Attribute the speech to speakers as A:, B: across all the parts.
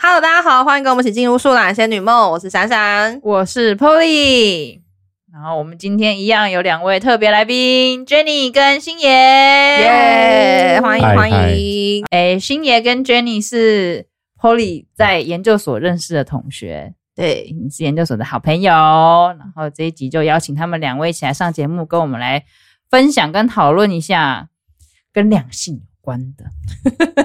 A: Hello，大家好，欢迎跟我们一起进入《树懒仙女梦》，我是闪闪。
B: 我是 Polly。然后我们今天一样有两位特别来宾，Jenny 跟星爷。
A: 耶、欢迎
C: 嗨
A: 欢迎！
B: 哎，星爷跟 Jenny 是 Polly 在研究所认识的同学，
A: 对，
B: 你是研究所的好朋友。然后这一集就邀请他们两位一起来上节目，跟我们来分享跟讨论一下跟两性有 关的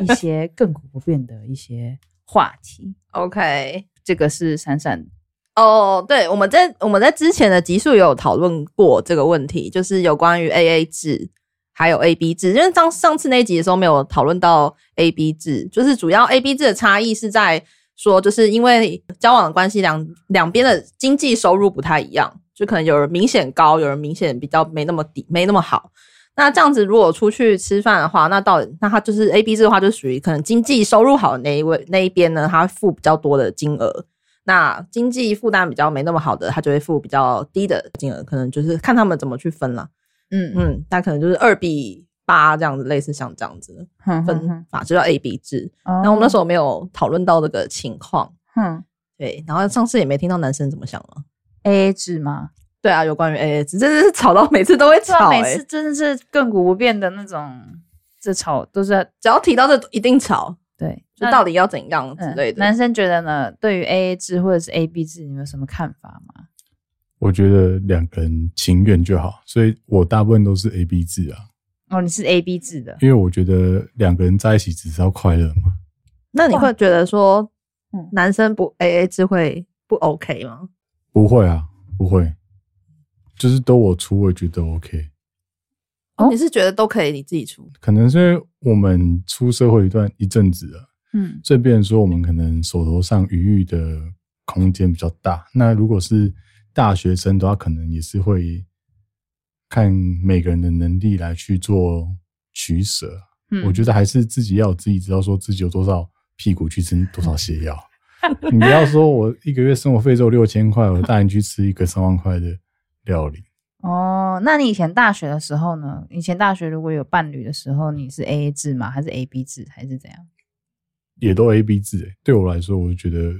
B: 一些亘古不变的一些话题。
A: OK，
B: 这个是闪闪
A: 哦、对，我们在我们在之前的集数有讨论过这个问题，就是有关于 AA 制还有 AB 制，因为上上次那一集的时候没有讨论到 AB 制，就是主要 AB 制的差异是在说，就是因为交往的关系，两两边的经济收入不太一样，就可能有人明显高，有人明显比较没那么低，没那么好。那这样子，如果出去吃饭的话，那到底那他就是 A B 制的话，就属于可能经济收入好的那一位那一边呢，他付比较多的金额，那经济负担比较没那么好的，他就会付比较低的金额，可能就是看他们怎么去分了。
B: 嗯
A: 嗯，那可能就是二比八这样子，类似像这样子的
B: 嗯
A: 分法，就叫 A B 制。
B: 然
A: 然后我们那时候没有讨论到这个情况，
B: 哼。
A: 对。然后上次也没听到男生怎么想了。
B: A A 制吗？
A: 对啊，有关于 A A 制，真的是吵到每次都会
B: 对啊，
A: 吵、欸，
B: 每次真的是亘古不变的那种，这吵都是
A: 只要提到这一定吵，
B: 对，
A: 就
B: 那
A: 到底要怎样之
B: 嗯
A: 类的。
B: 男生觉得呢，对于 A A 制或者是 A B 制，你们有什么看法吗？
C: 我觉得两个人情愿就好，所以我大部分都是 A B 制啊，
B: 哦，你是 A B 制的，
C: 因为我觉得两个人在一起只是要快乐嘛。
A: 那你会觉得说
B: 嗯，
A: 男生不 A A 制会不 OK 吗？
C: 不会啊，不会，就是都我出，我也觉得 OK。
B: 哦
A: 你是觉得都可以你自己出？
C: 可能是因为我们出社会一段一阵子了，
B: 嗯
C: 这边说我们可能手头上余裕的空间比较大。那如果是大学生的话，可能也是会看每个人的能力来去做取舍。
B: 嗯
C: 我觉得还是自己要有自己知道说自己有多少屁股去吃多少泻药。你不要说我一个月生活费只有六千块，我带你去吃一个三万块的料理，
B: 哦，那你以前大学的时候呢？以前大学如果有伴侣的时候，你是 A A 制吗？还是 A B 制，还是怎样？
C: 也都 A B 制、欸。对我来说，我就觉得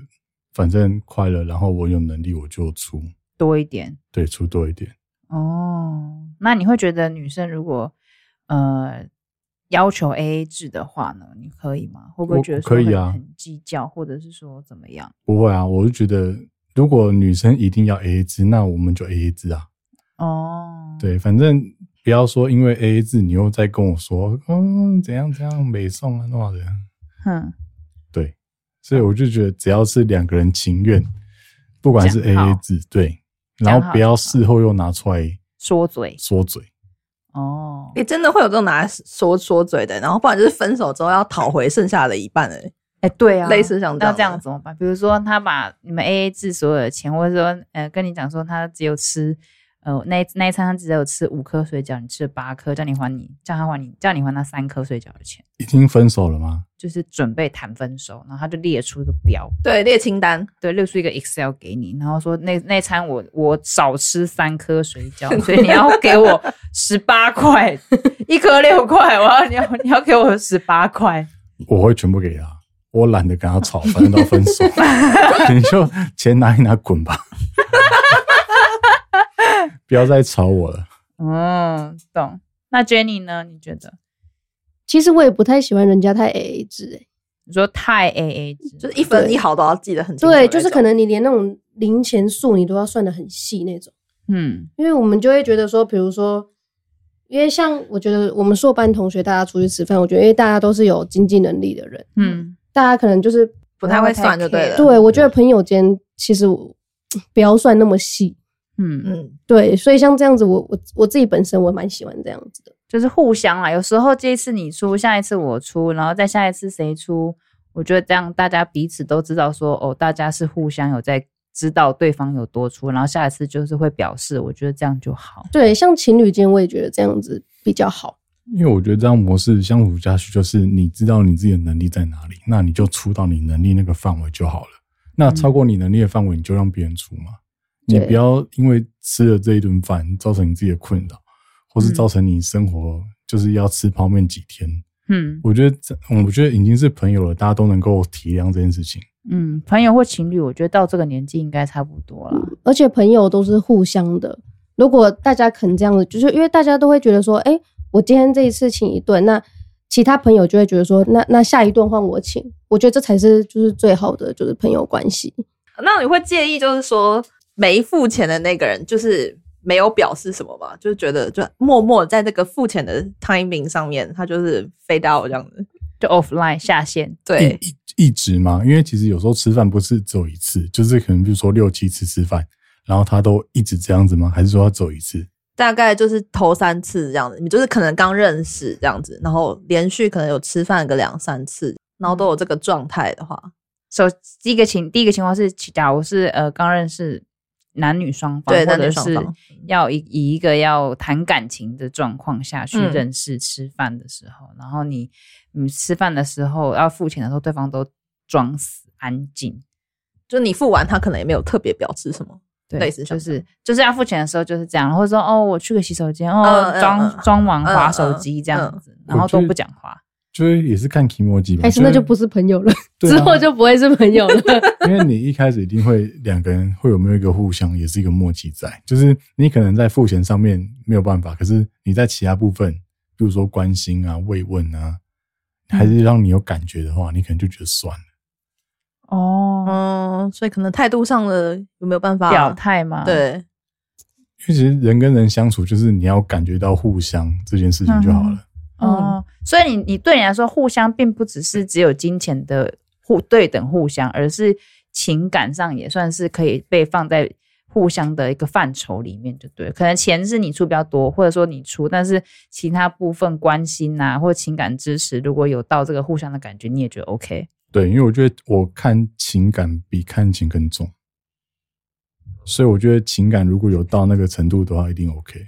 C: 反正快乐，然后我有能力我就出，
B: 多一点
C: 对，出多一点。
B: 哦。那你会觉得女生如果呃要求 A A 制的话呢，你可以吗？会不会
C: 我
B: 觉得说
C: 可以
B: 很
C: 啊
B: 很计较，或者是说怎么样？
C: 不会啊，我就觉得如果女生一定要 AA 制，那我们就 AA 制啊。
B: 哦，，
C: 对，反正不要说因为 AA 制，你又在跟我说，嗯，怎样怎样美送啊，那么的。
B: 嗯，
C: 对，所以我就觉得只要是两个人情愿，不管是
B: 讲好
C: AA 制，对，
B: 讲好
C: 然后不要事后又拿出来
B: 说嘴
C: 说嘴。
B: 哦，
A: 也、真的会有这种拿来说说嘴的，然后不然就是分手之后要讨回剩下的一半哎、
B: 哎、对啊，
A: 类似像这
B: 那
A: 样
B: 这样怎么办？比如说他把你们 A A 制所有的钱，或者说呃跟你讲说他只有吃呃那一那一餐他只有吃五颗水饺，你吃了八颗，叫你还你叫他还你叫你还他三颗水饺的钱，
C: 已经分手了吗？
B: 就是准备谈分手，然后他就列出一个表，
A: 对，列清单，
B: 对，列出一个 Excel 给你，然后说那那餐我我少吃三颗水饺，所以你 要给我十八块，一颗六块，我要你要你要给我十八块。
C: 我会全部给他，我懒得跟他吵，反正都要 分手，你就钱拿一拿滚吧， 不要再吵我了。
B: 嗯，懂。那 Jenny 呢？你觉得？
D: 其实我也不太喜欢人家太 AA 制、欸，
B: 你说太 AA 制，
A: 就是一分
D: 对
A: 一毫都要记得很清楚的那
D: 对，
A: 种。
D: 就是可能你连那种零钱数你都要算的很细那种，
B: 嗯
D: 因为我们就会觉得说，比如说，因为像我觉得我们硕班同学大家出去吃饭，我觉得因为大家都是有经济能力的人，
B: 嗯，
D: 大家可能就是
A: 不太会算就对了。
D: 对我觉得朋友间其实我不要算那么细，
B: 嗯，
A: 嗯，
D: 对，所以像这样子我，我我自己本身我蛮喜欢这样子的，
B: 就是互相啦。有时候这一次你出，下一次我出，然后再下一次谁出，我觉得这样大家彼此都知道说，哦，大家是互相有在知道对方有多出，然后下一次就是会表示，我觉得这样就好。
D: 对，像情侣间我也觉得这样子比较好，
C: 因为我觉得这样模式相处下去，就是你知道你自己的能力在哪里，那你就出到你能力那个范围就好了。那超过你能力的范围，你就让别人出嘛。
D: 对
C: 你不要因为吃了这一顿饭，造成你自己的困扰，或是
B: 嗯
C: 造成你生活就是要吃泡面几天。
B: 嗯
C: 嗯我觉得这，我觉得已经是朋友了，大家都能够体谅这件事情。
B: 嗯，朋友或情侣，我觉得到这个年纪应该差不多了。
A: 嗯
D: 而且朋友都是互相的。如果大家肯这样子，就是因为大家都会觉得说，哎、我今天这一次请一顿，那其他朋友就会觉得说，那那下一顿换我请。我觉得这才是就是最好的，就是朋友关系。
A: 那你会介意就是说没付钱的那个人就是没有表示什么吗？就是觉得就默默在这个付钱的 timing 上面，他就是飞到这样子。
B: 就 offline 下线，
A: 对，
C: 一直嘛，因为其实有时候吃饭不是只有一次，就是可能比如说六七次吃饭，然后他都一直这样子吗？还是说他走一次？
A: 大概就是头三次这样子，你就是可能刚认识这样子，然后连续可能有吃饭个两三次，然后都有这个状态的话，
B: 首第一个情第一个情况是，假如是呃刚认识男女双方，
A: 对
B: 或
A: 男
B: 者
A: 女双
B: 是
A: 方
B: 要以以一个要谈感情的状况下去
A: 嗯
B: 认识吃饭的时候，然后你你吃饭的时候要付钱的时候，对方都装死安静，
A: 就你付完他可能也没有特别表示什么。
B: 对，
A: 类似像
B: 就
A: 这样
B: 是就是要付钱的时候就是这样，或者说哦我去个洗手间，哦
A: 嗯嗯
B: 装、
A: 嗯
B: 装完划
A: 嗯
B: 手
A: 嗯
B: 机这样
A: 嗯
B: 子，然后
C: 我觉
B: 都
C: 得
B: 不讲话。
C: 就是也是看 i m o j i 吧，
D: 还是那就不是朋友了，
C: 对啊
D: 之后就不会是朋友了。
C: 因为你一开始一定会两个人会有没有一个互相，也是一个默契在，就是你可能在付钱上面没有办法，可是你在其他部分，比如说关心啊、慰问啊，还是让你有感觉的话，你可能就觉得算了。
B: 哦，
A: 嗯，所以可能态度上的有没有办法
B: 表？态嘛，，
A: 啊对，
C: 因为其实人跟人相处，就是你要感觉到互相这件事情就好
D: 嗯
C: 了。
B: 哦，所以你你对你来说，互相并不只是只有金钱的互对等互相，而是情感上也算是可以被放在互相的一个范畴里面，就对了。可能钱是你出比较多，或者说你出，但是其他部分关心呐、或情感支持，如果有到这个互相的感觉，你也觉得 OK。
C: 对，因为我觉得我看情感比看钱更重，所以我觉得情感如果有到那个程度的话，一定 OK。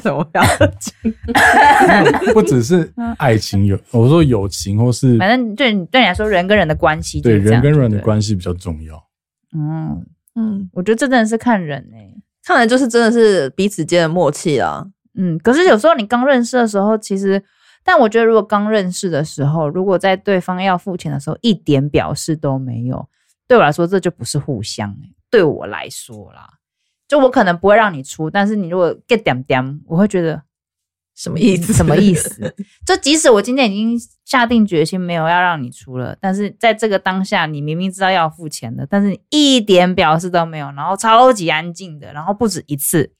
A: 什么表情？
C: 嗯不只是 爱情有，我说友情或是
B: 嗯反正对你对你来说，人跟人的关系就
C: 对
B: 是这
C: 人
B: 样
C: 跟人的，
B: 系，
C: 关系比较重要。
B: 嗯，
A: 嗯，
B: 我觉得这真的是看人哎、
A: 看来就是真的是彼此间的默契啊啦。
B: 嗯，可是有时候你刚认识的时候，其实，但我觉得如果刚认识的时候，如果在对方要付钱的时候一点表示都没有，对我来说这就不是互相、欸、对我来说啦，就我可能不会让你出，但是你如果 get 点点，我会觉得
A: 什么意思？
B: 嗯什么意？思？ 就即使我今天已经下定决心没有要让你出了，但是在这个当下，你明明知道要付钱的，但是你一点表示都没有，然后超级安静的，然后不止一次，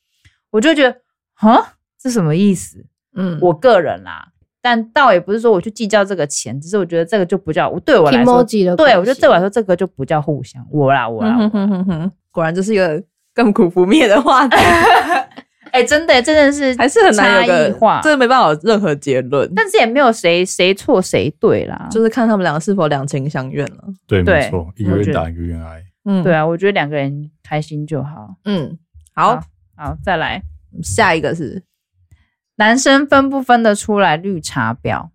B: 我就觉得，啊，这什么意思？
A: 嗯，
B: 我个人啦、但倒也不是说我去计较这个钱，只是我觉得这个就不叫对我来说，
D: emoji 的关系，
B: 对我觉得对我来说这个就不叫互相，我啦我啦，我
A: 嗯哼哼哼哼，果然就是一个亘古不灭的话 题，
B: 哎、真的、真的是
A: 还是很难有
B: 差异
A: 个
B: 化，
A: 这个没办法有任何结论。
B: 但是也没有谁谁错谁对啦，
A: 就是看他们两个是否两情相愿了。
C: 对，
B: 对
C: 没错，一个
B: 我觉
C: 愿
B: 得
C: 打一个愿挨。
A: 嗯，
B: 对，啊，我觉得两个人开心就好。
A: 嗯，好，
B: 好，再来，
A: 下一个是，
B: 男生分不分得出来绿茶婊？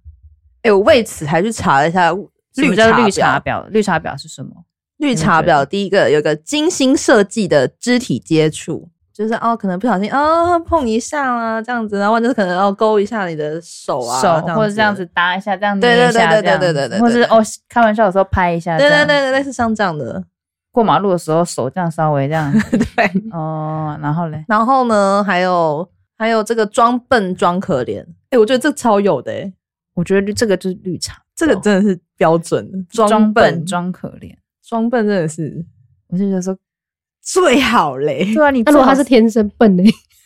A: 哎，我为此还去查了一下
B: 什
A: 绿
B: 么叫
A: 茶
B: 绿茶
A: 婊。
B: 婊？绿茶婊是什么？
A: 绿茶婊第一个有一个精心设计的肢体接触，就是哦，可能不小心哦碰一下啦，这样子，然后就是可能要勾一下你的手啊，
B: 手
A: 这样
B: 或者这样子，搭一下，这样
A: 对
B: 捏一
A: 对对
B: 下
A: 对
B: 这样
A: 对对
B: 子
A: 对对
B: 或是
A: 对
B: 哦开玩笑的时候拍一下，
A: 对
B: 这
A: 对
B: 样
A: 对对，类似像这样的，
B: 过马路的时候手这样稍微这样，
A: 对。
B: 哦，然后嘞，
A: 然后呢，还有还有这个装笨装可怜，哎，我觉得这超有的，哎，
B: 我觉得这个就是绿茶，
A: 这个真的是标准的
B: 装
A: 笨
B: 笨装可怜。
A: 装笨真的是
B: 我就觉得说，
A: 最好嘞。
B: 对啊，你
D: 那
B: 最
D: 如果
B: 好
D: 他是天生笨 呢、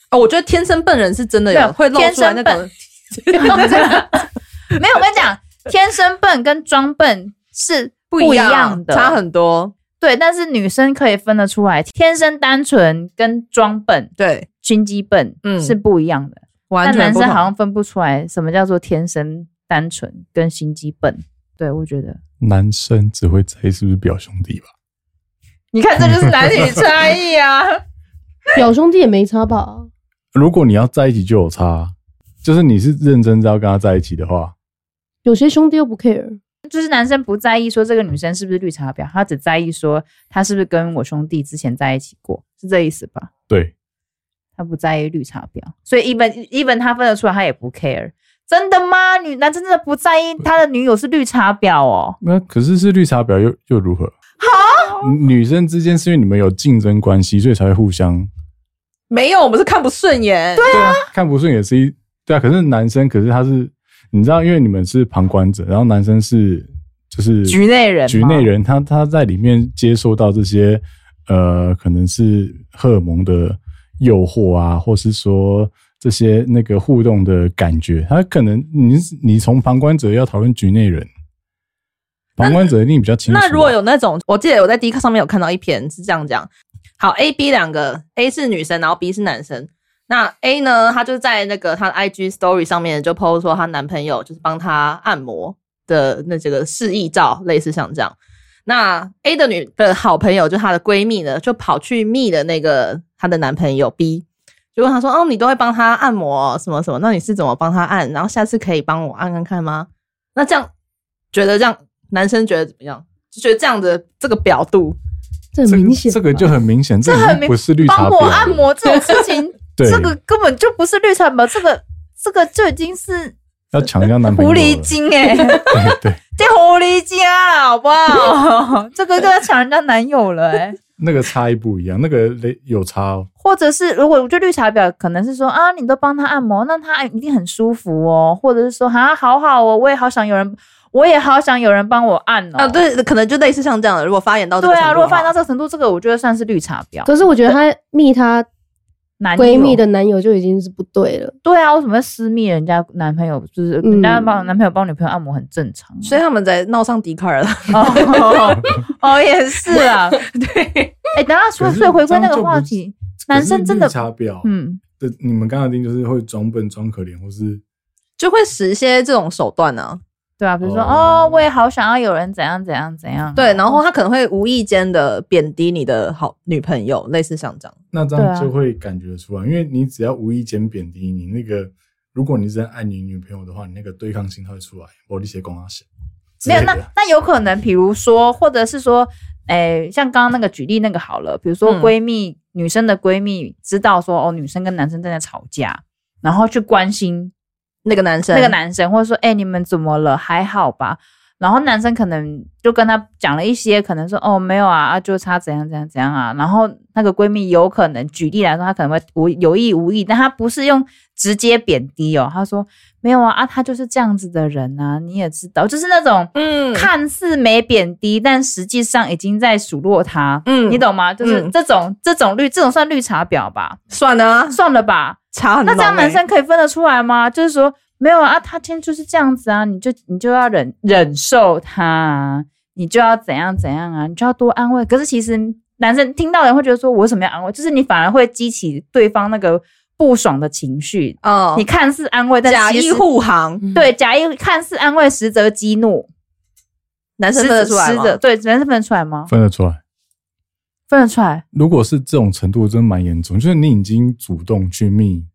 A: 哦，我觉得天生笨人是真的
B: 没有
A: 有会露
B: 天
A: 出来
B: 生
A: 那
B: 笨
A: 种
B: 没有，我跟你讲，天生笨跟装笨是
A: 不
B: 不一样的，
A: 差很多。
B: 对。但是女生可以分得出来，天生单纯跟装笨、
A: 对，
B: 心机笨，
A: 嗯
B: 是不一样的。
A: 完
B: 但
A: 全
B: 男
A: 不
B: 生
A: 同。
B: 好像分不出来什么叫做天生单纯跟心机笨。对，我觉得，
C: 男生只会在意是不是表兄弟吧？
B: 你看这就是男女差异啊。
D: 表兄弟也没差吧？
C: 如果你要在一起就有差啊、就是你是认真要跟他在一起的话，
D: 有些兄弟又不 care，
B: 就是男生不在意说这个女生是不是绿茶婊，他只在意说她是不是跟我兄弟之前在一起过，是这意思吧？
C: 对，
B: 他不在意绿茶婊，所以 even even 他分得出来，他也不 care。真的吗？女男生真的不在意他的女友是绿茶婊哦？
C: 那可是是绿茶婊又又如何？
A: 哈，
C: 女生之间是因为你们有竞争关系，所以才会互相
A: 没有，我们是看不顺眼。对，
C: 对啊，看不顺也是一对啊。可是男生，可是他是你知道，因为你们是旁观者，然后男生是就是
E: 局内人嘛
C: 局内人他他在里面接受到这些呃，可能是荷尔蒙的诱惑啊，或是说这些那个互动的感觉，他可能你你从旁观者要讨论局内人，旁观者一定比较清楚啊。
A: 那如果有那种，我记得我在 D 课上面有看到一篇是这样讲：好，A、B 两个，A 是女生，然后 B 是男生。那 A 呢，她就在那个她的 IG Story 上面就 PO 说她男朋友就是帮她按摩的那这个示意照，类似像这样。那 A 的女的好朋友，就她的闺蜜呢，就跑去密的那个她的男朋友 B，就问她说：“哦，你都会帮她按摩哦什么什么？那你是怎么帮她按？然后下次可以帮我按按看吗？”那这样觉得这样男生觉得怎么样？就觉得这样的这个表度，
D: 这
C: 这
D: 很
C: 个
D: 明显吧，
C: 这个就很明显，这
A: 这很
C: 已经
A: 明
C: 不是绿
A: 帮
C: 茶
A: 我
C: 婊
A: 按
C: 了
A: 摩这种事情，
C: 对
B: 这个根本就不是绿茶婊，这个这个就已经是
C: 要强调男朋友啊
B: 狐狸
C: 了
B: 精哎、欸，
C: 对对。
B: 这狐狸精啊，好不好？ 这个就要抢人家男友了哎、
C: 那个差异不一样，那个雷有差哦。
B: 或者是如果我觉得绿茶婊可能是说啊，你都帮他按摩，那他一定很舒服哦，或者是说啊，好好哦，我也好想有人，我也好想有人帮我按哦。
A: 啊，对，可能就类似像这样的。如果发言到这个
B: 对
A: 程度
B: 啊，如果发展
A: 的话
B: 到这个程度，这个我觉得算是绿茶婊。
D: 可是我觉得她密她
B: 男友
D: 闺蜜的男友就已经是不对了，
B: 对啊，为什么要私密人家男朋友？就是
D: 嗯
B: 人家帮男朋友帮女朋友按摩很正常。啊
A: 所以他们在闹上笛卡尔了。
B: 哦，哦也是啊。
A: 对，
B: 哎，等一下所以
C: 可是
B: 所以回归那
C: 这样就
B: 个
C: 不
B: 话题，
C: 可是
B: 男生真的
C: 绿茶婊，嗯，
B: 嗯，
C: 你们刚刚听就是会装笨、装可怜，或是
A: 就会使一些这种手段呢、
B: 对啊，比如说
C: 哦
B: 哦，我也好想要有人怎样怎样啊怎样。
A: 对，然后他可能会无意间的贬低你的好女朋友，类似像这样。
C: 那这
B: 对
C: 样
B: 啊
C: 就会感觉出来，因为你只要无意间贬低你那个，如果你真的爱你女朋友的话，你那个对抗心态会出来，我力写公阿写。
B: 没有，那那有可能，比如说，或者是说，哎、像刚刚那个举例那个好了，比如说
A: 嗯
B: 闺蜜、女生的闺蜜知道说哦，女生跟男生正在吵架，然后去关心
A: 那个男生，
B: 那个，男生，或者说，哎、你们怎么了？还好吧？然后男生可能就跟她讲了一些，可能说哦没有啊，啊就差怎样怎样怎样啊。然后那个闺蜜有可能举例来说，她可能会无有意无意，但她不是用直接贬低哦，她说没有啊啊，她就是这样子的人啊，你也知道，就是那种
A: 嗯，
B: 看似没贬低，但实际上已经在数落他。
A: 嗯
B: 你懂吗？就是
A: 嗯
B: 这种、这种绿，这种算绿茶婊吧？
A: 算了、啊，
B: 算了吧。
A: 差很、欸、
B: 那这样男生可以分得出来吗？就是说没有啊，他今天就是这样子啊，你就你就要忍忍受他、啊，你就要怎样怎样啊，你就要多安慰。可是其实男生听到人会觉得说，我为什么要安慰？就是你反而会激起对方那个不爽的情绪。
A: 哦，
B: 你看似安慰，但
A: 假
B: 其
A: 意
B: 实
A: 护航，
B: 对假意看似安慰，实则激怒。
A: 男生分得出来
B: 死
A: 吗
B: 者？对，男生分得出来吗？
C: 分得出来。
B: 分得出来。
C: 如果是这种程度，真蛮严重，就是你已经主动去密，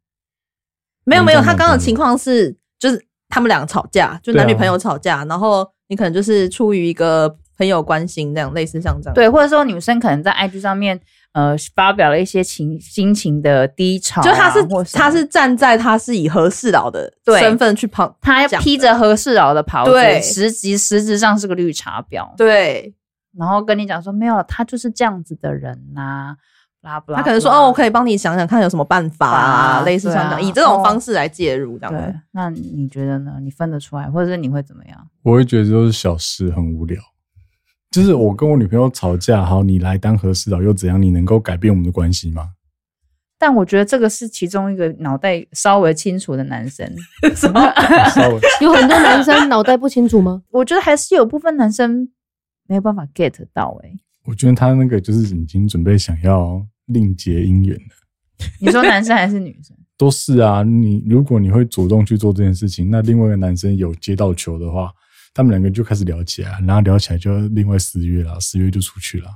A: 没有
B: 嗯
A: 没有，他刚刚
C: 男
A: 的
C: 生
A: 情况是，就是他们俩吵架，就
C: 对啊
A: 男女朋友吵架，然后你可能就是出于一个朋友关心这样，类似像这样。
B: 对，或者说女生可能在 IG 上面呃发表了一些情心情的低潮啊、
A: 就他是、
B: 或什么
A: 他是站在他是以和事佬的
B: 对
A: 身份去旁，
B: 他
A: 讲的
B: 披着和事佬的袍子，
A: 对
B: 实际实质上是个绿茶婊，
A: 对
B: 然后跟你讲说没有，他就是这样子的人呐、啊，blah blah，
A: 他可能说
B: blah
A: 哦，我可以帮你想想看有什么办法啊，
B: 啊
A: 类似像这样，
B: 对啊
A: 以这种方式来介入这样。
B: 对，那你觉得呢？你分得出来，或者是你会怎么样？
C: 我会觉得都是小事，很无聊。就是我跟我女朋友吵架，好，你来当和事佬又怎样？你能够改变我们的关系 吗？
B: 但我觉得这个是其中一个脑袋稍微清楚的男 生，
A: 什么？
B: 嗯
C: 稍微
D: 有很多男生脑袋不清楚吗？
B: 我觉得还是有部分男生没有办法 get 到哎、
C: 我觉得他那个就是已经准备想要另结姻缘了，
B: 你说男生还是女生？
C: 都是啊。你如果你会主动去做这件事情，那另外一个男生有接到球的话，他们两个就开始聊起来，然后聊起来就另外私约啦，私约就出去了。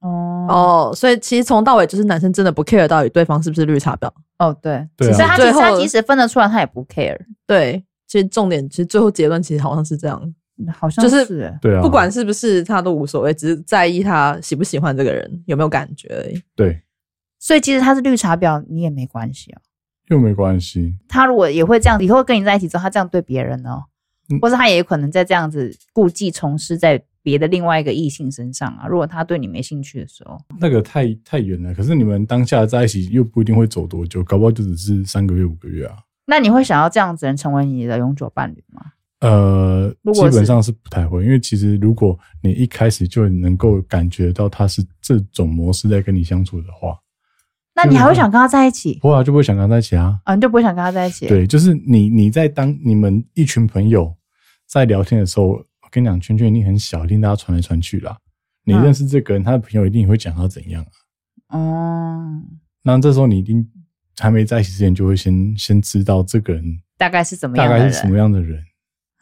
B: 哦
A: 哦，所以其实从到尾就是男生真的不 care 到底对方是不是绿茶婊。
B: 哦，对，
C: 对
B: 其
C: 啊
B: 实他其
A: 最
B: 实
A: 后
B: 他即使分得出来，他也不 care，
A: 对，其实重点其实最后结论其实好像是这样，
B: 好像
A: 就是
B: 是
C: 对啊，
A: 不管是不是他都无所谓，只是在意他喜不喜欢这个人，有没有感觉而 已。
C: 对，
B: 所以其实他是绿茶婊，你也没关系哦。
C: 又没关系。
B: 他如果也会这样，以后跟你在一起之后，他这样对别人哦，
C: 嗯
B: 或者他也有可能在这样子故技重施在别的另外一个异性身上啊。如果他对你没兴趣的时候，
C: 那个太太远了。可是你们当下在一起又不一定会走多久，搞不好就只是三个月、五个月啊。
B: 那你会想要这样子人成为你的永久伴侣吗？
C: 呃，
B: 如
C: 基
B: 果
C: 本
B: 是
C: 上是不太会，因为其实如果你一开始就能够感觉到他是这种模式在跟你相处的话，
B: 那你还会想跟他在一起？
C: 后来就不会想跟他在一起啊。
B: 啊，你就不会想跟他在一起？，
C: 对，就是你你在当你们一群朋友在聊天的时候，我跟你讲，圈圈一定很小，一定大家传来传去啦。你
B: 嗯
C: 认识这个人，他的朋友一定会讲他怎样啊。
B: 哦，
C: 那这时候你一定还没在一起之前，就会先先知道这个人
B: 大概是怎么
C: 大
B: 样的
C: 概
B: 人？
C: 是什么样的人。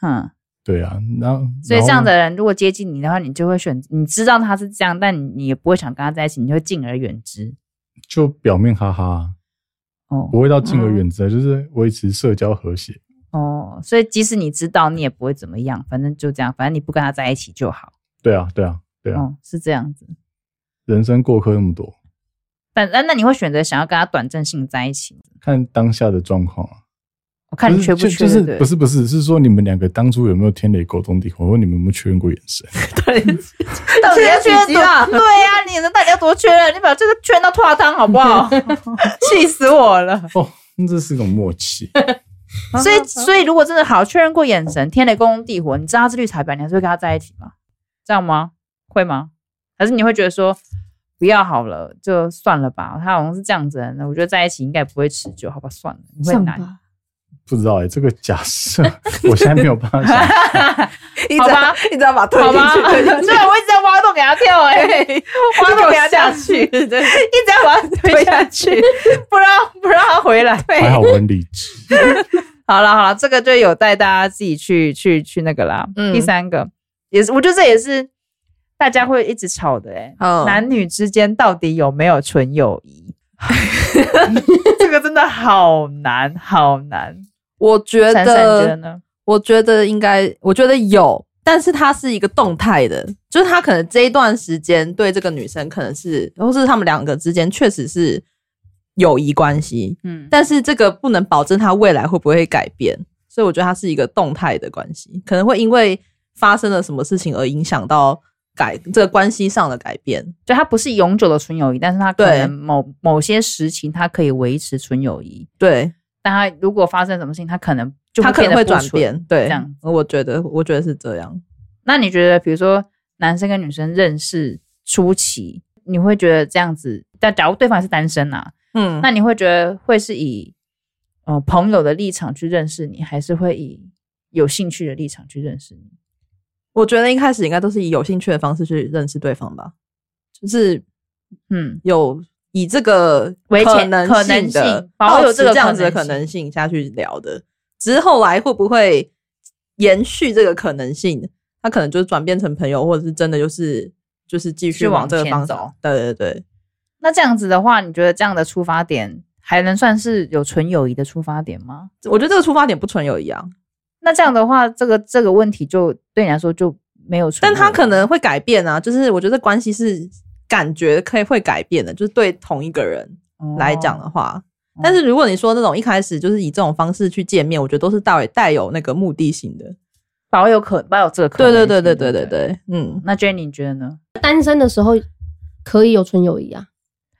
B: 嗯，
C: 对啊，那
B: 所以这样
C: 然后
B: 的人如果接近你的话，你就会选，你知道他是这样，但你你也不会想跟他在一起，你会敬而远之。
C: 就表面哈哈，
B: 哦
C: 不会到敬而远之啊，就是维持社交和谐。
B: 哦，所以即使你知道，你也不会怎么样，反正就这样，反正你不跟他在一起就好。
C: 对啊，对啊，对啊，
B: 哦，是这样子。
C: 人生过客那么多，
B: 但那那你会选择想要跟他短暂性在一起吗？
C: 看当下的状况啊。
B: 我看你缺
C: 不是
B: 缺
C: 就就
B: 对
C: 是
B: 对
C: 不是不是是说你们两个当初有没有天雷沟通地火，或你们有没有确认过眼神？
A: 到底要
B: 确认
A: 几集啦
B: 多？对呀、你的到底要多确认？你把这个确认到脱汤好不 好？气死我了！
C: 哦，那这是一种默契。
B: 所以所以如果真的好确认过眼神，天雷勾动地火，你知道他是绿茶婊，你还是会跟他在一起吗？这样吗？会吗？还是你会觉得说不要好了，就算了吧？他好像是这样子的人，我觉得在一起应该不会持久，好吧？算了，你会
D: 上
B: 难。
D: 吧，
C: 不知道哎、这个假设我现在没有办法想。
A: 一
B: 好
A: 直
B: 吧
A: 要 一直要把推
B: 好
A: 进
B: 吧，
A: 去，
B: 对，
A: 推
B: 我
A: 进去，
B: 一直在挖洞给他跳、 哎， 挖洞给他跳
A: 对，
B: 一直要把他推下 去，不让不让他回来。
C: 还好我很理智。
B: 好了好了，这个就有待大家自己去去去那个啦。
A: 嗯
B: 第三个也是，我觉得这也是大家会一直吵的哎、
A: 嗯
B: 男女之间到底有没有纯友 谊？这个真的好难好难。
A: 我觉
B: 珊珊你觉得
A: 得，
B: 呢？
A: 我觉得应该，我觉得有，但是它是一个动态的，就是他可能这一段时间对这个女生可能是，或是他们两个之间确实是友谊关系，
B: 嗯，
A: 但是这个不能保证他未来会不会改变，所以我觉得它是一个动态的关系，可能会因为发生了什么事情而影响到改这个关系上的改变。
B: 就它不是永久的纯友谊，但是它可
A: 对
B: 能某某些时期它可以维持纯友谊，
A: 对，
B: 但它如果发生什么事情，它可能就
A: 他可能
B: 变得
A: 会
B: 不
A: 转
B: 纯
A: 变，对，
B: 这样。
A: 我觉得，我觉得是这样。
B: 那你觉得，比如说男生跟女生认识初期，你会觉得这样子？但假如对方是单身啊，
A: 嗯，
B: 那你会觉得会是以呃朋友的立场去认识你，还是会以有兴趣的立场去认识你？
A: 我觉得一开始应该都是以有兴趣的方式去认识对方吧，就是
B: 嗯，
A: 有以这个
B: 为前
A: 能
B: 可能
A: 的
B: 性，保
A: 抱
B: 有
A: 持
B: 这个
A: 这样子的
B: 可
A: 可
B: 能
A: 能性下去聊的，只是后来会不会延续这个可能性？他可能就是转变成朋友，或者是真的就是就是继续
B: 是往
A: 往这个
B: 前
A: 方
B: 走
A: 向。对对对，
B: 那这样子的话，你觉得这样的出发点还能算是有纯友谊的出发点吗？
A: 我觉得这个出发点不纯友谊啊，
B: 嗯那这样的话，这个这个问题就对你来说就没有纯
A: 但
B: 友谊，
A: 他可能会改变啊，就是我觉得关系是感觉可以会改变的，就是对同一个人来
B: 哦
A: 讲的话。但是如果你说那种一开始就是以这种方式去见面，我觉得都是带带有那个目的性的。
B: 保有可保有这个可
A: 对
B: 能
A: 对
B: 性，
A: 对对对
B: 对
A: 对
B: 不。
A: 对，嗯，
B: 那 Jenny 你觉得呢？
D: 单身的时候可以有纯友谊啊，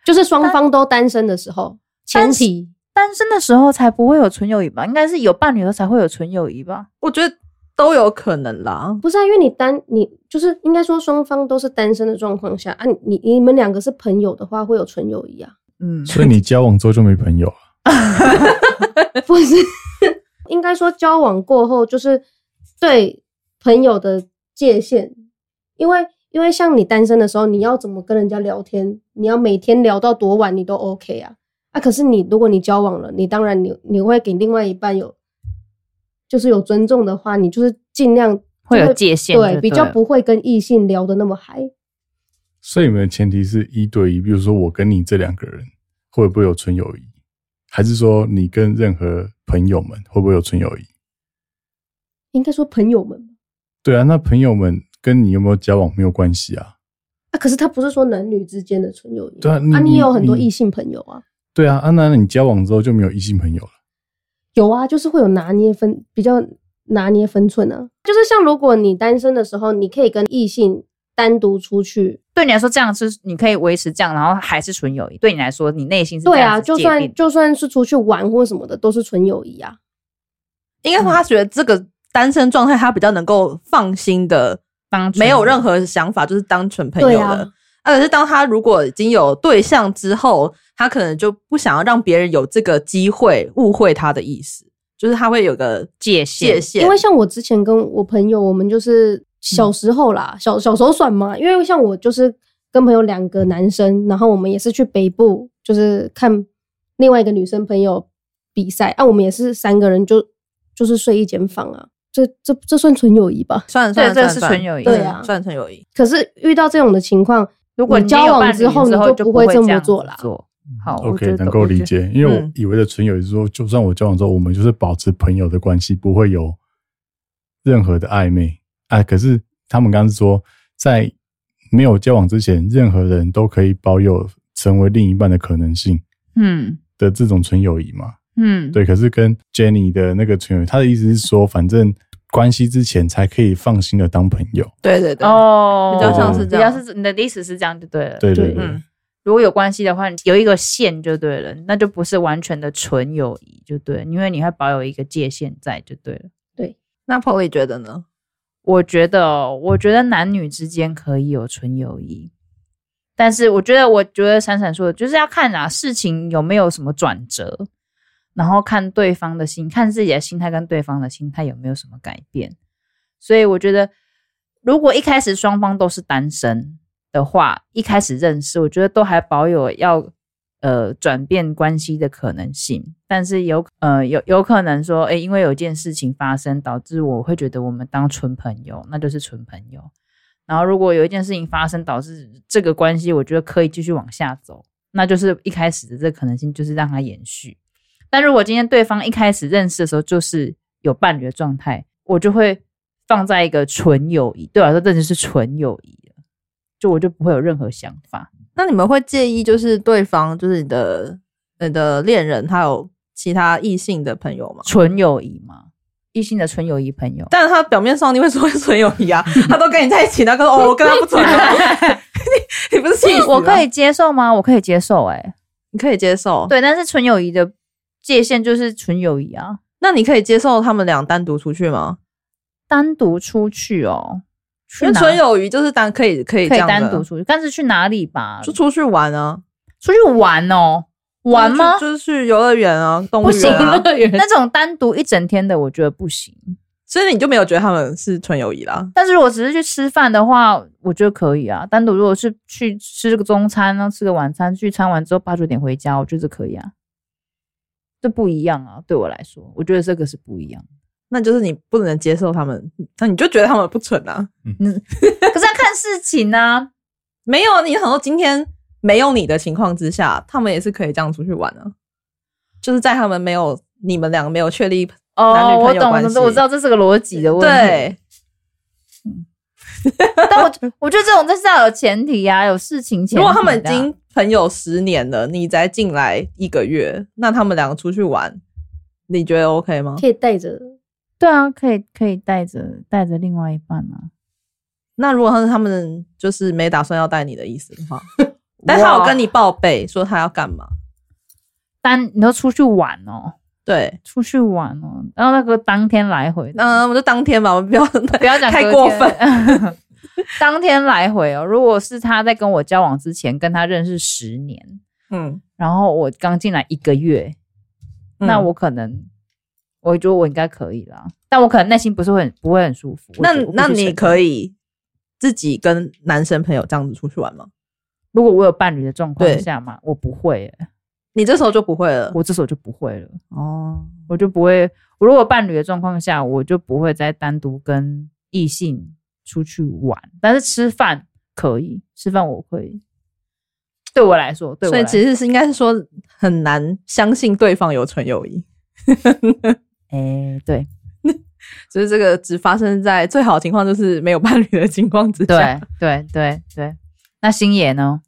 D: 就是双方都单身的时候，前提
B: 单身的时候才不会有纯友谊吧？应该是有伴侣的时候才会有纯友谊吧？
A: 我觉得都有可能啦。
D: 不是啊，因为你单你就是应该说双方都是单身的状况下啊，你你你们两个是朋友的话，会有纯友谊啊，
B: 嗯，
C: 所以你交往之后就没朋友啊？
D: 不是，应该说交往过后就是对朋友的界限，因为因为像你单身的时候，你要怎么跟人家聊天，你要每天聊到多晚你都 OK 啊啊！可是你如果你交往了，你当然你你会给另外一半有就是有尊重的话，你就是尽量
B: 会有
D: 就
B: 界限就
D: 对，
B: 对
D: 比较
B: 了
D: 不会跟异性聊的那么嗨。
C: 所以你们的前提是一对一，比如说我跟你这两个人会不会有纯友谊，还是说你跟任何朋友们会不会有纯友谊？
D: 应该说朋友们
C: 对啊，那朋友们跟你有没有交往没有关系啊？
D: 啊，可是他不是说男女之间的纯友谊
C: 对啊，你
D: 啊，你也有很多
C: 你
D: 异性朋友啊。
C: 对啊，啊，那你交往之后就没有异性朋友了。
D: 有啊，就是会有拿捏分比较拿捏分寸啊。就是像如果你单身的时候，你可以跟异性单独出去，
B: 对你来说，这样是你可以维持这样，然后还是纯友谊。对你来说，你内心是这
D: 对
B: 样
D: 啊，
B: 子
D: 就
B: 界定
D: 算就算是出去玩或什么的，都是纯友谊啊。
A: 应该说他觉得这个单身状态，他比较能够放心的，
B: 当纯
A: 没有任何想法，就是当纯朋友
D: 对
A: 的。
D: 啊
A: 啊可是当他如果已经有对象之后，他可能就不想要让别人有这个机会误会他的意思，就是他会有个
B: 界
A: 界
B: 限，
A: 限。
D: 因为像我之前跟我朋友，我们就是小时候啦，小小时候算嘛。因为像我就是跟朋友两个男生，然后我们也是去北部，就是看另外一个女生朋友比赛。啊，我们也是三个人就就是睡一间房啊，这这这算纯友谊吧？
A: 算了算
B: 对，
A: 了，
B: 这
A: 算了
B: 个是
A: 算了
B: 纯友谊。
D: 对啊
A: 算纯友谊。
D: 可是遇到这种的情 况，
B: 如果
D: 你
B: 你
D: 交
B: 有
D: 往
B: 伴侣
D: 之后你
B: 就
D: 就不会
B: 这
D: 这么
B: 样子
D: 做嗯啦
B: 做好我觉
C: OK，
B: 得
C: 能够
B: 我觉
C: 理
B: 得
C: 解，因为我
A: 嗯
C: 以为的纯友谊是说，就算我交往之后，我们就是保持朋友的关系，不会有任何的暧昧。哎，可是他们刚刚是说，在没有交往之前，任何人都可以保有成为另一半的可能性
B: 嗯
C: 的这种纯友谊嘛？
B: 嗯，
C: 对，可是跟 Jenny 的那个纯友谊，他的意思是说，反正关系之前才可以放心的当朋友。
A: 对对对，
B: 哦，
A: 比较像是这样
B: 比较是你的意思是这样就对了。
C: 对对
D: 对
C: 对，
A: 嗯
B: 如果有关系的话，你有一个线就对了，那就不是完全的纯友谊就对了，因为你会保有一个界限在就对了。
A: 那 Polly 觉得呢？
B: 我觉得哦，我觉得男女之间可以有纯友谊，但是我觉得，我觉得闪闪说的就是要看啊，事情有没有什么转折，然后看对方的心，看自己的心态跟对方的心态有没有什么改变。所以我觉得，如果一开始双方都是单身的话，一开始认识，我觉得都还保有要呃转变关系的可能性，但是有呃有有可能说，哎、因为有件事情发生，导致我会觉得我们当纯朋友，那就是纯朋友。然后如果有一件事情发生，导致这个关系，我觉得可以继续往下走，那就是一开始的这个可能性就是让它延续。但如果今天对方一开始认识的时候就是有伴侣的状态，我就会放在一个纯友谊，对我来说这就是纯友谊了，就我就不会有任何想法。
A: 那你们会介意就是对方就是你的你的恋人，他有其他异性的朋友吗？
B: 纯友谊嘛，异性的纯友谊朋友。
A: 但他表面上你会说是纯友谊啊，他都跟你在一起，他跟哦我跟他不纯 友，你你不是气死了
B: 我可以，接受吗？我可以接受、欸，哎，
A: 你可以接受。，
B: 对，但是纯友谊的界限就是纯友谊啊，
A: 那你可以接受他们俩单独出去吗？
B: 单独出去哦，去
A: 因为
B: 哪
A: 纯友谊就是单可以可以这
B: 可以
A: 样的
B: 单独出去，但是去哪里吧？
A: 就出去玩啊，
B: 出去玩哦，玩
A: 就
B: 吗？
A: 是去就是去游乐园啊，动物
B: 不行
A: 园啊，
B: 那种单独一整天的，我觉得不行。
A: 所以你就没有觉得他们是纯友谊啦？
B: 但是如果只是去吃饭的话，我觉得可以啊。单独如果是去吃个中餐，然后吃个晚餐，聚餐完之后八九点回家，我觉得这可以啊。这不一样啊，对我来说，我觉得这个是不一样。
A: 那就是你不能接受他们，那你就觉得他们不纯啊？
B: 可是要看事情啊，
A: 没有，你很多今天没有你的情况之下，他们也是可以这样出去玩啊，就是在他们没有你们两个没有确立男
B: 哦，
A: 女朋
B: 我
A: 友
B: 懂，
A: 关
B: 我
A: 系
B: 懂我知道这是个逻辑的问题。，
A: 对，
B: 但我我觉得这种就是要有前提啊，有事情前提的
A: 如
B: 啊、
A: 果他们已经朋友十年了，你才进来一个月，那他们两个出去玩，你觉得 OK 吗？
D: 可以带着
B: 对啊，可以可以带着带着另外一半啊。
A: 那如果他是他们就是没打算要带你的意思的话，但他有跟你报备说他要干嘛？
B: 单你都出去玩哦，
A: 对，
B: 出去玩哦，然后那个当天来回的，
A: 嗯，我们就当天吧，我们不要不
B: 不要讲
A: 太
B: 隔
A: 过
B: 天
A: 分。。
B: 当天来回哦，如果是他在跟我交往之前跟他认识十年，
A: 嗯，
B: 然后我刚进来一个月，那
A: 嗯
B: 我可能，我觉得我应该可以啦，但我可能内心不是会很不会很舒服。
A: 那那你可
B: 以，
A: 以自己跟男生朋友这样子出去玩吗？
B: 如果我有伴侣的状况
A: 对
B: 下嘛，我不会耶、
A: 你这时候就不会了
B: 我这时候就不会了，
A: 哦。
B: 我就不会。我如果伴侣的状况下，我就不会再单独跟异性出去玩，但是吃饭可以，吃饭我可以。对我来说，对我
A: 所
B: 来
A: 以
B: 说
A: 其，实是应该是说很难相信对方有纯友谊，
B: 哎、对
A: 就是这个只发生在最好的情况就是没有伴侣的情况之下。
B: 对对对对。那星野呢？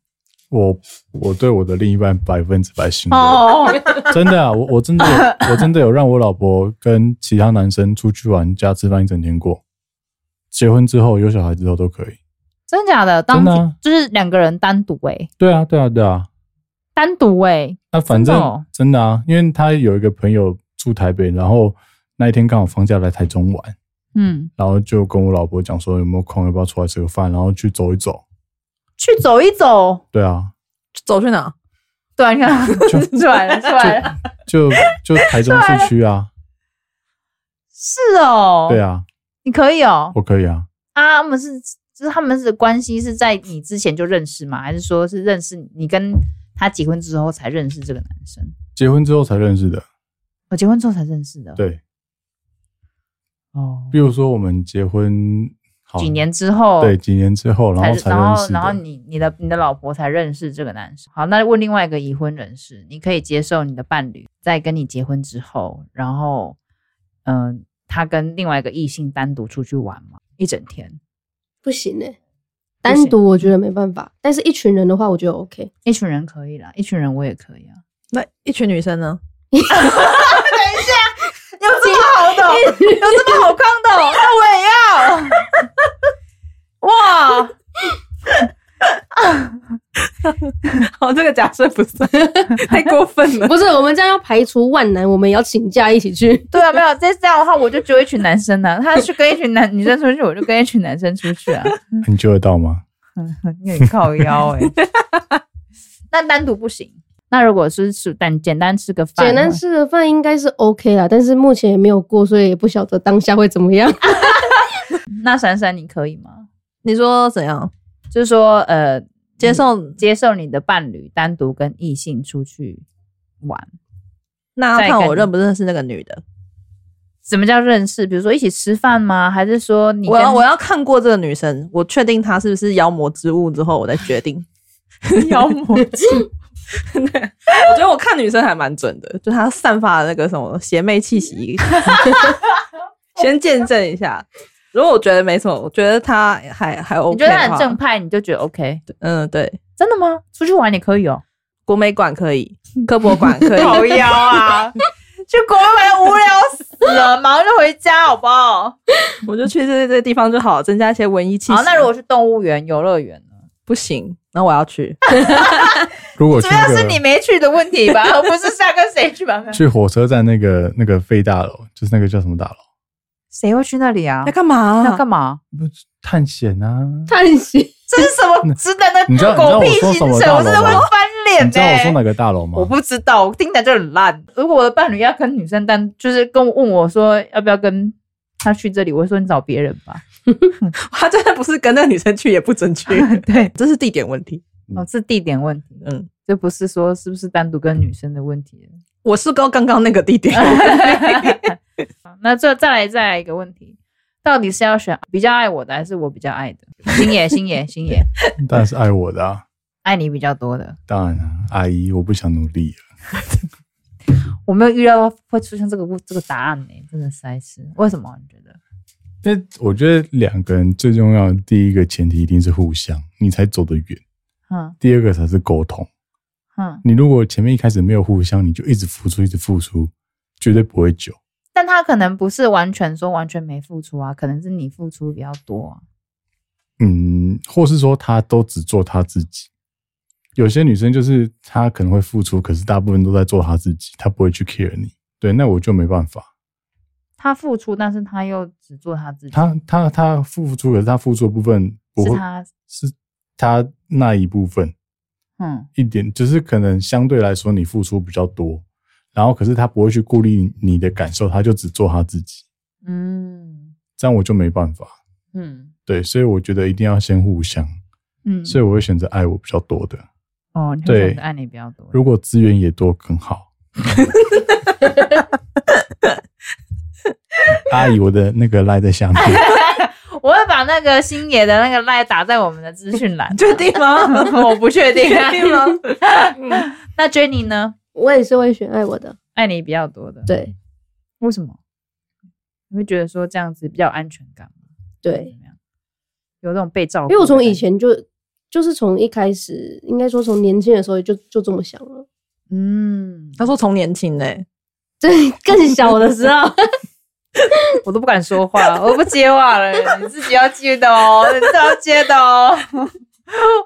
C: 我我对我的另一半百分之百信任，
B: 哦，
C: 真的啊，我我真的 有我真的有让我老婆跟其他男生出去玩加吃饭一整天过。结婚之后有小孩之后都可以。
B: 真假的？当
C: 真的啊
B: 就是两个人单独哎、
C: 对啊，对啊，对啊。
B: 单独哎、欸，
C: 那反
B: 真
C: 正
B: 的哦
C: 真的啊，因为他有一个朋友住台北，然后那一天刚好放假来台中玩，
B: 嗯，
C: 然后就跟我老婆讲说有没有空，要不要出来吃个饭，然后去走一走。
B: 去走一走。
C: 对啊，
A: 走去哪？
B: 对啊，你 看出来了，出来了，
C: 就就台中市区 啊，
B: 是哦。
C: 对，啊，
B: 你可以哦。
C: 我可以啊。
B: 啊，他们是，就是他们是关系是在你之前就认识吗？还是说是认识你跟他结婚之后才认识这个男生？
C: 结婚之后才认识的，
B: 我结婚之后才认识的。
C: 对。
B: 哦，
C: 比如说我们结婚好
B: 几年之后，
C: 对，几年之后，然
B: 才
C: 后才
B: 然
C: 认
B: 后
C: 识
B: 然后
C: 的。
B: 你你的你的老婆才认识这个男生。好，那问另外一个已婚人士，你可以接受你的伴侣在跟你结婚之后，然后嗯、呃他跟另外一个异性单独出去玩吗？一整天，
D: 不行哎、单独我觉得没办法，但是一群人的话，我觉得 OK。
B: 一群人可以啦，一群人我也可以啊。
A: 那一群女生呢？
B: 有这么好
A: 哦
B: 的，有这么好看的，哦那我也要。哇，
A: 哦，这个假设不 算太过分了。
D: 不是，我们这样要排除万难，我们也要请假一起去。
B: 对啊，没有，再这样的话，我就揪一群男生呢、他去跟一群男女生出去，我就跟一群男生出去啊。
C: 你救得到吗？
B: 你很靠腰哎、那单独不行。那如果是吃但简单吃个饭，
D: 简单吃个饭应该是 OK 啦，但是目前也没有过，所以也不晓得当下会怎么样。
B: 那闪闪你可以吗？
A: 你说怎样？
B: 就是说呃，
A: 接受、
B: 接受你的伴侣单独跟异性出去玩，
A: 那
B: 再
A: 要
B: 跟
A: 看我认不认识那个女的。
B: 什么叫认识？比如说一起吃饭吗？还是说你
A: 我要
B: 跟
A: 我要看过这个女生，我确定她是不是妖魔之物之后，我再决定。
B: 妖魔之
A: 我觉得我看女生还蛮准的，就她散发的那个什么邪魅气 息，先见证一下。如果我觉得没什么，我觉得她还还 OK，
B: 你觉得他
A: 的
B: 很
A: 话
B: 正派，你就觉得 OK，
A: 嗯，对，
B: 真的吗？出去玩也可以哦，
A: 国美馆可以，科博馆可以，
B: 腰啊！ 去国外无聊死了，马上就回家好不好？
A: 我就去这这这地方就好，增加一些文艺气息。
B: 好，那如果去动物园、游乐园呢？
A: 不行，那我要去。
C: 如果去
B: 主
C: 那
B: 要
C: 个
B: 是你没去的问题 吧，而不是下跟谁去吧？
C: 去火车站那个那个废大楼，就是那个叫什么大楼？
B: 谁会去那里啊
A: 要？干嘛？
B: 要干嘛？
C: 不是探险啊！
D: 叹息，
B: 这是什么值得的
C: 你知道
B: 狗屁
C: 你知道我说
B: 行
C: 什
B: 程？
C: 么
B: 我
C: 大楼吗
B: 真的会翻脸
C: 你知道我说
B: 呢、
C: 哪个大楼吗？
B: 我不知道，我听起来就很烂。如果我的伴侣要跟女生单，就是跟我问我说要不要跟他去这里，我会说你找别人吧。
A: 他真的不是跟那个女生去也不 准去，
C: 嗯
B: 对，
A: 这是地点问题。
B: 哦，是地点问题，
A: 嗯，
B: 这不是说是不是单独跟女生的问题。
A: 我是刚刚刚那个地 点，，
B: 那这再来再来一个问题，到底是要选比较爱我的，还是我比较爱的？星爷，星爷，星爷，
C: 当然是爱我的啊！
B: 爱你比较多的。
C: 当然啊，阿姨，我不想努力了。
B: 我没有预料到会出现这个这个答案呢、真的实在是为什么？你觉得？
C: 但我觉得两个人最重要的第一个前提一定是互相，你才走得远；
B: 嗯
C: 第二个才是沟通。
B: 嗯，
C: 你如果前面一开始没有互相，你就一直付出，一直付出，绝对不会久。
B: 但他可能不是完全说完全没付出啊，可能是你付出比较多、啊。
C: 嗯，或是说她都只做她自己。有些女生就是她可能会付出，可是大部分都在做她自己，她不会去 care 你。对，那我就没办法。
B: 他付出，但是他又只做他自己，
C: 她她她付出，可是她付出的部分不
B: 是
C: 会
B: 他
C: 是她那一部分
B: 嗯
C: 一点，只是可能相对来说你付出比较多，然后可是她不会去顾虑你的感受，她就只做她自己，
B: 嗯
C: 这样我就没办法。
B: 嗯
C: 对，所以我觉得一定要先互相，
B: 嗯，
C: 所以我会选择爱我比较多的。
B: 哦，你
C: 对
B: 会爱你比较多。
C: 如果资源也多 更好。阿姨，我的那个赖在下面，
B: 我会把那个星爷的那个赖打在我们的资讯栏
A: 确定吗？
B: 我不确定啊。
A: 确定吗？
B: 那 Jenny 呢？
D: 嗯我也是会选爱我的。
B: 爱你比较多的，
D: 对
B: 为什么？你会觉得说这样子比较有安全感吗？
D: 对，
B: 怎么样，有这种被照顾的感觉，
D: 因为我从以前就就是从一开始，应该说从年轻的时候就就这么想了。
B: 嗯，
A: 他说从年轻欸嘞，
D: 对，更小的时候，
B: 我都不敢说话，我不接话了，你自己要接的哦，你自己要接的哦，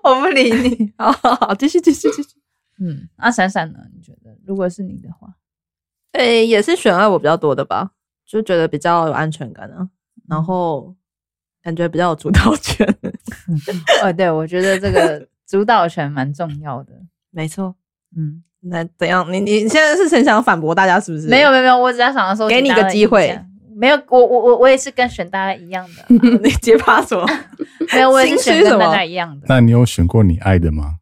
B: 我不理 你。
A: 好好好，继续继续继续。
B: 嗯，那闪闪呢？你觉得如果是你的话，
A: 诶、也是选爱我比较多的吧，就觉得比较有安全感啊，然后感觉比较有主导权。
B: 哦，对，我觉得这个主导权蛮重要的。
A: 没错，
B: 嗯，
A: 那怎样？你你现在是很想反驳大家是不是？
B: 没有没有没有，我只要想要说
A: 给你个机会，
B: 没有，我我我我也是跟选大家一样的，
A: 你结巴什么？
B: 没有，我也是
A: 心
B: 选
A: 虚什
B: 跟
A: 么
B: 大家一样的。
C: 那你有选过你爱的吗？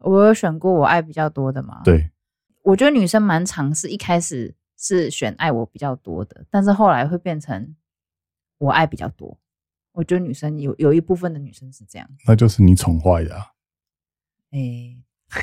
B: 我有选过我爱比较多的嘛？，
C: 对，
B: 我觉得女生蛮常是一开始是选爱我比较多的，但是后来会变成我爱比较多。我觉得女生有有一部分的女生是这样，
C: 那就是你宠坏的、啊。
B: 诶、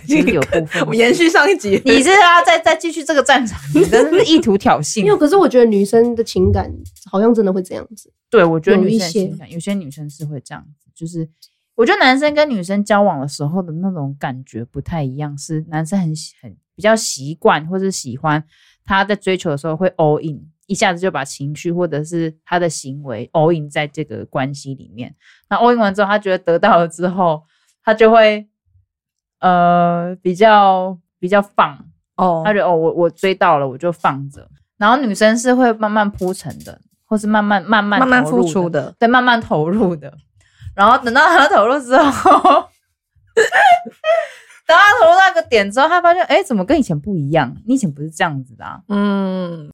B: 其实有部分
A: 我们延续上一集，
B: 你是要再再继续这个战场，你真的是意图 挑衅。
D: 没有。可是我觉得女生的情感好像真的会这样子。
B: 对，我觉得
D: 有
B: 女
D: 一
B: 生的情
D: 些
B: 感，有些女生是会这样子，就是我觉得男生跟女生交往的时候的那种感觉不太一样，是男生很喜很比较习惯或是喜欢他在追求的时候会 all in，一下子就把情绪或者是他的行为 all in 在这个关系里面。那 all in 完之后，他觉得得到了之后，他就会呃比较比较放，
A: 哦
B: 他觉得哦，我我追到了，我就放着。然后女生是会慢慢铺陈的，或是慢慢慢慢
A: 慢慢
B: 投入
A: 付出的，
B: 对，慢慢投入的。然后等到他投入之后，等他投入到一个点之后，他发现哎，诶怎么跟以前不一样？你以前不是这样子的、啊。
A: 嗯，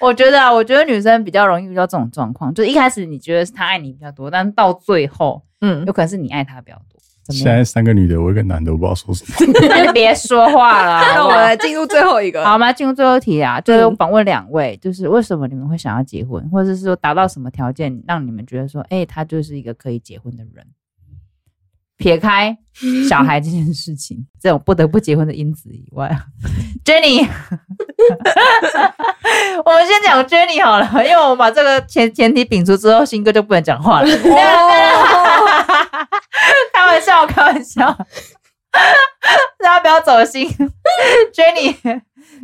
B: 我觉得啊，我觉得女生比较容易遇到这种状况，就是一开始你觉得是他爱你比较多，但到最后
A: 嗯
B: 有，可能是你爱他比较多。怎
C: 现
B: 么样？
C: 在三个女的，我一个男的，我不知道说什么。
B: 那你别说话了，好
A: 那
B: 不
A: 我
B: 好
A: 们来进入最后 一个。
B: 好，我们来进入最后一题啊，就是
A: 嗯
B: 访问两位，就是为什么你们会想要结婚，或者是说达到什么条件让你们觉得说，哎、他就是一个可以结婚的人？撇开小孩这件事 情，这种不得不结婚的因子以外啊，Jenny，我们先讲 Jenny 好 了，因为我们把这个前前提摒除之后，新哥就不能讲话了。
A: 哦，
B: 开玩笑，开玩笑，大家不要走心。Jenny，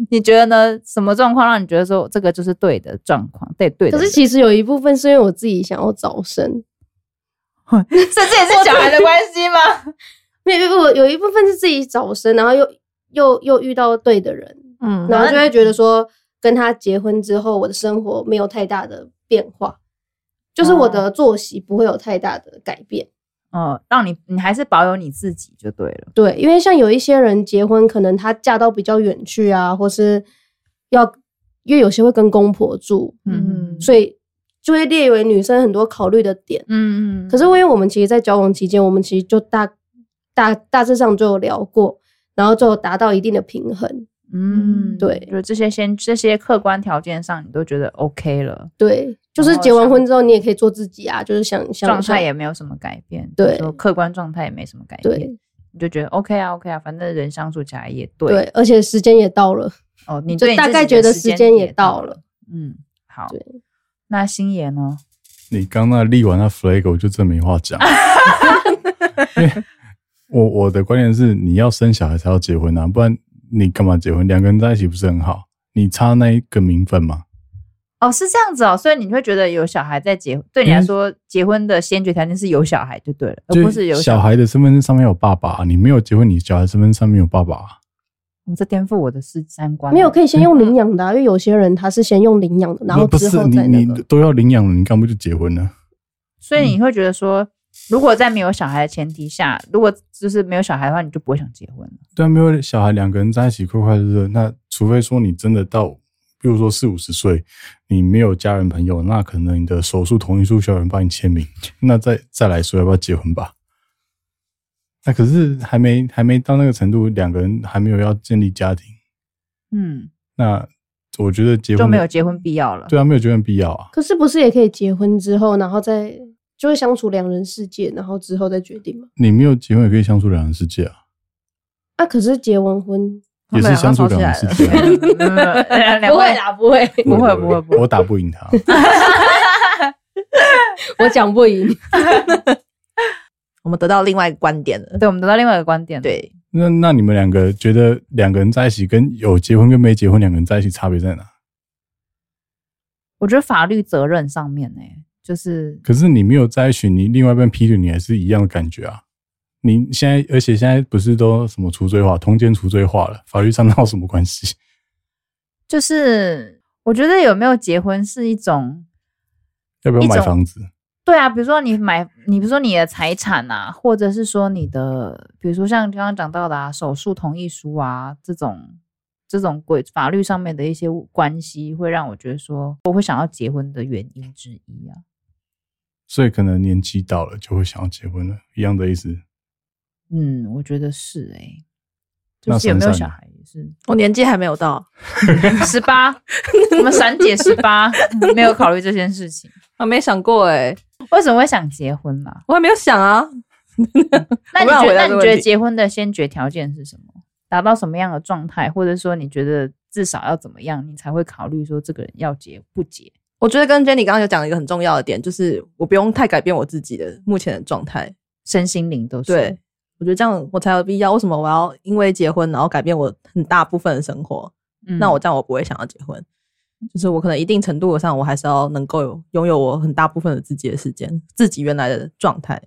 B: 你觉得呢？什么状况让你觉得说这个就是对的状况？对对的
D: 可
B: 人，
D: 是其实有一部分是因为我自己想要早生，
B: 这这也是小孩的关系吗？
D: 没有，我有一部分是自己早生，然后又又又遇到对的人，
B: 啊
A: 嗯
D: 然后就会觉得说跟他结婚之后，我的生活没有太大的变化，就是我
B: 啊
D: 的作息不会有太大的改变。
B: 哦，让你你还是保有你自己就对了。
D: 对，因为像有一些人结婚，可能她嫁到比较远去啊，或是要，因为有些会跟公婆住，
B: 嗯
D: 所以就会列为女生很多考虑的点。
B: 嗯嗯，
D: 可是因为我们其实，在交往期间，我们其实就大大大致上就有聊过，然后就有达到一定的平衡。
B: 嗯
D: 对
B: 就是这些先这些客观条件上，你都觉得 OK 了，
D: 对，就是
B: 哦
D: 结完
B: 想
D: 婚之后，你也可以做自己啊，就是想想
B: 状态
D: 想
B: 也没有什么改变，
D: 对
B: 就客观状态也没什么改变
D: 对，
B: 你就觉得 OK 啊 OK 啊，反正人相处起来也
D: 对，而且时间也到了。
B: 哦，你
D: 就
B: 对你
D: 大
B: 自
D: 概
B: 己的
D: 觉得
B: 时
D: 时
B: 间
D: 间
B: 也
D: 也
B: 到
D: 到
B: 了。嗯，好
D: 对。
B: 那星爷呢？
C: 你刚那立完那 flag，我就真没话 讲。因为我我的观点是，你要生小孩才要结婚啊，不然你干嘛结婚？两个人在一起不是很好？你差那一个名分嘛？
B: 哦，是这样子哦，所以你会觉得有小孩在结，对你来
C: 嗯
B: 说，结婚的先决条件是有小孩就对了，而
C: 就
B: 不是有
C: 小。孩的身份证上面有爸爸、啊，你没有结婚，你小孩身份证上面有爸爸、啊。
B: 我这颠覆我的是三观了。哦
D: 没有，可以先 用领养的、啊，因为有些人他是先用领养的，然后
C: 不
D: 之
C: 是
D: 后
C: 你
D: 再那
C: 你
D: 个。
C: 都要领养了，你干嘛不就结婚了？
B: 所
C: 嗯
B: 以你会觉得说，如果在没有小孩的前提下，如果就是没有小孩的话，你就不会想结婚了。
C: 对啊，没有小孩，两个人在一起快快乐乐，那除非说你真的到，比如说四五十岁，你没有家人朋友，那可能你的手术同意书需要有人帮你签名，那再再来说要不要结婚吧。那可是还没还没到那个程度，两个人还没有要建立家庭，
B: 嗯，
C: 那我觉得结婚
B: 就没有结婚必要了。
C: 对啊，没有结婚必要啊。
D: 可是不是也可以结婚之后，然后再就是相处两人世界，然后之后再决定吗？
C: 你没有结婚也可以相处两人世界啊，
D: 啊，可是结完婚
A: 他
C: 也
A: 们
C: 是相处
A: 两
C: 两
A: 个
C: 人
A: 吵起
C: 世
A: 来
C: 界、 啊。
B: 嗯 两位
D: 啦，不会，
B: 不会不会不会
C: 我打不赢啊他。
D: 我讲不赢。
A: 我们得到另外一个观点了。
B: 对，我们得到另外一个观点，，
A: 对，
C: 那那你们两个觉得两个人在一起跟有结婚跟没结婚两个人在一起差别在哪？
B: 我觉得法律责任上面呢、就是
C: 可是你没有在一起，你另外一半劈腿，你还是一样的感觉啊。你现在，而且现在不是都什么除罪化、通奸除罪化了，法律上闹什么关系？
B: 就是，我觉得有没有结婚是一种，
C: 要不要买
B: 一种
C: 房子？
B: 对啊，比如说你买，你比如说你的财产啊，或者是说你的，比如说像刚刚讲到的啊，手术同意书啊这种这种规法律上面的一些关系，会让我觉得说我会想要结婚的原因之一啊。
C: 所以可能年纪到了就会想要结婚了，一样的意思。
B: 嗯，我觉得是哎、
C: 那
B: 就是有没有
C: 闪闪
B: 小
C: 呢
B: 孩也是
A: 我年纪还没有到
B: 十八，我们闪姐十八没有考虑这件事情，
A: 啊，没想过哎、
B: 为什么会想结婚啦、
A: 我还没有想啊。
B: 那
A: 我不知
B: 你觉
A: 道回
B: 得，
A: 答
B: 那
A: 这个
B: 你觉
A: 问
B: 得
A: 题
B: 结婚的先决条件是什么？达到什么样的状态，或者说你觉得至少要怎么样，你才会考虑说这个人要结不结？
A: 我觉得跟 Jenny 刚刚有讲一个很重要的点，就是我不用太改变我自己的目前的状态。
B: 身心灵都是
A: 对，我觉得这样我才有必要。为什么我要因为结婚然后改变我很大部分的生活？
B: 嗯
A: 那我这样我不会想要结婚。就是我可能一定程度上，我还是要能够有拥有我很大部分的自己的时间，自己原来的状态，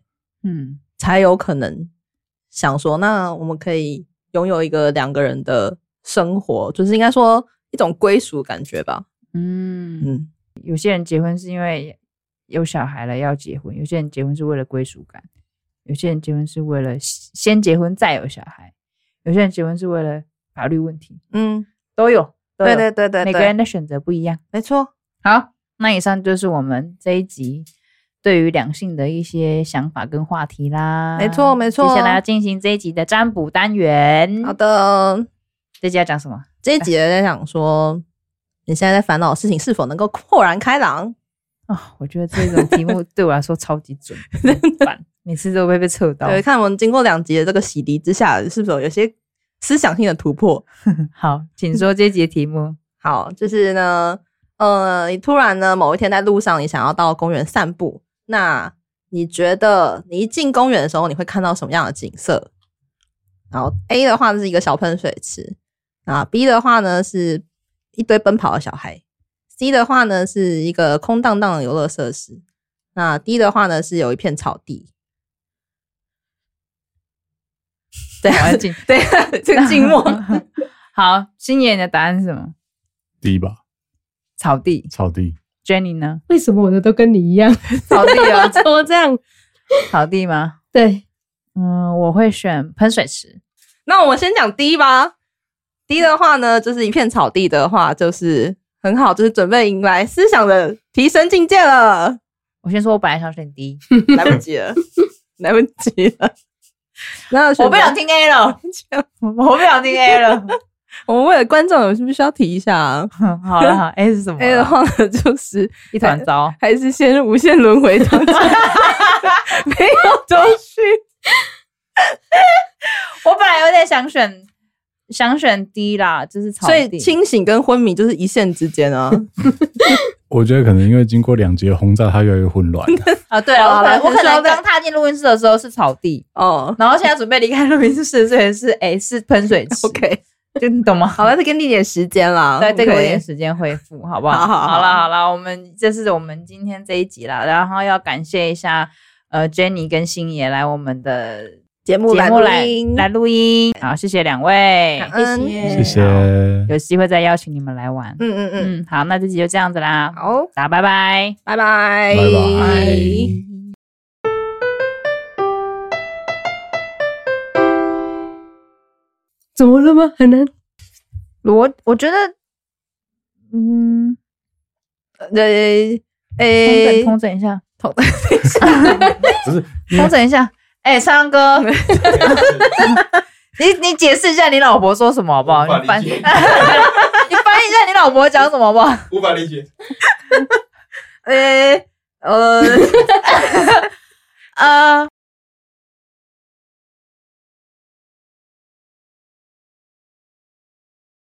B: 嗯
A: 才有可能想说，那我们可以拥有一个两个人的生活，就是应该说一种归属感觉吧。
B: 嗯，
A: 嗯，
B: 有些人结婚是因为有小孩了要结婚，有些人结婚是为了归属感，有些人结婚是为了先结婚再有小孩，有些人结婚是为了法律问题，
A: 嗯，
B: 都有，都有
A: 对对
B: 每个人的选择不一样。
A: 没错。
B: 好，那以上就是我们这一集对于两性的一些想法跟话题啦。
A: 没错没错
B: 接下来要进行这一集的占卜单元。
A: 好，的，
B: 这集要讲什么？
A: 这一集在讲说，你现在在烦恼的事情是否能够豁然开朗？
B: 哦，我觉得这种题 目对我来说超级 准，很烦每次都会被测到。
A: 对，看我们经过两集的这个洗涤之下，是否有些思想性的突破？
B: 好，请说这一集的题 目。
A: 好，就是呢，呃，你突然呢某一天在路上，你想要到公园散步，那你觉得你一进公园的时候，你会看到什么样的景色？然后 A 的话是一个小喷水池，啊，B 的话呢是一堆奔跑的小孩，C 的话呢是一个空荡荡的游乐设施，那 D 的话呢是有一片草地。对
B: 好，要
A: 啊，
B: 进
A: 对啊，这个静默。
B: 好，星爷你的答案是什么？
C: 第一吧，
B: 草地。
C: 草地，
B: Jenny 呢？
D: 为什么我的都跟你一样？
B: 草地啊，
D: 怎么这样？
B: 草地吗？
D: 对，
B: 嗯，我会选喷水池。
A: 那我们先讲 D 吧。D 的话呢，就是一片草地的话，就是很好，就是准备迎来思想的提升境界 了。
B: 我先说，我本来想选 D，
A: 来不及了，来不及了。那选择
B: 我不想，听 A 了， 我不想听 A 了。
A: 我们为了观众，我们是不是需要提一下、啊、
B: 好了好，A 是什么
A: ？A 的话呢，就是
B: 一团糟。
A: 还是陷入无限轮回当中，没有头绪。
B: 我本来有点想选，想选 D 啦，就是 草
A: 所以
B: 地。
A: 清醒跟昏迷就是一线之间啊。
C: 我觉得可能因为经过两节轰炸，它越来越 混乱了。
B: 啊，对
A: 好
B: 了，我
A: 啦
B: 可我可
A: 很需要
B: 能
A: 在
B: 刚踏进录音室的时候是草地，
A: 哦
B: 然后现在准备离开录音室，所以是哎是喷水 池。
A: ，OK，
B: 就你懂吗？
A: 好了，再给你一点时间啦。
B: 对，这个有
A: OK
B: 点时间恢复，好不好？
A: 好好好
B: 好啦好啦，我们这是我们今天这一集啦，然后要感谢一下呃 Jenny 跟星爷来我们的
A: 节目
B: 节
A: 来
B: 目
A: 录
B: 来
A: 音
B: 来录音，好，谢谢两位，
A: 嗯
C: 谢谢。
B: 有机会再邀请你们来玩。
A: 嗯嗯嗯，
B: 嗯，好，那这集就这样子啦，
A: 好，
B: 大家拜拜。
A: 拜拜，
C: 拜拜
D: 怎么了吗？很难。
B: 我我觉得，嗯，
A: 呃，
B: 通
A: 诶、
B: 整通整一下，
A: 通
C: 不是
B: 通整一下。哎、昌 哥，你你解释一下你老婆说什么好不好？
F: 无法
B: 你翻，
F: 理
B: 你翻译
F: 解
B: 一下你老婆讲什么好不好？ 呃
F: 无法理解。
A: 诶、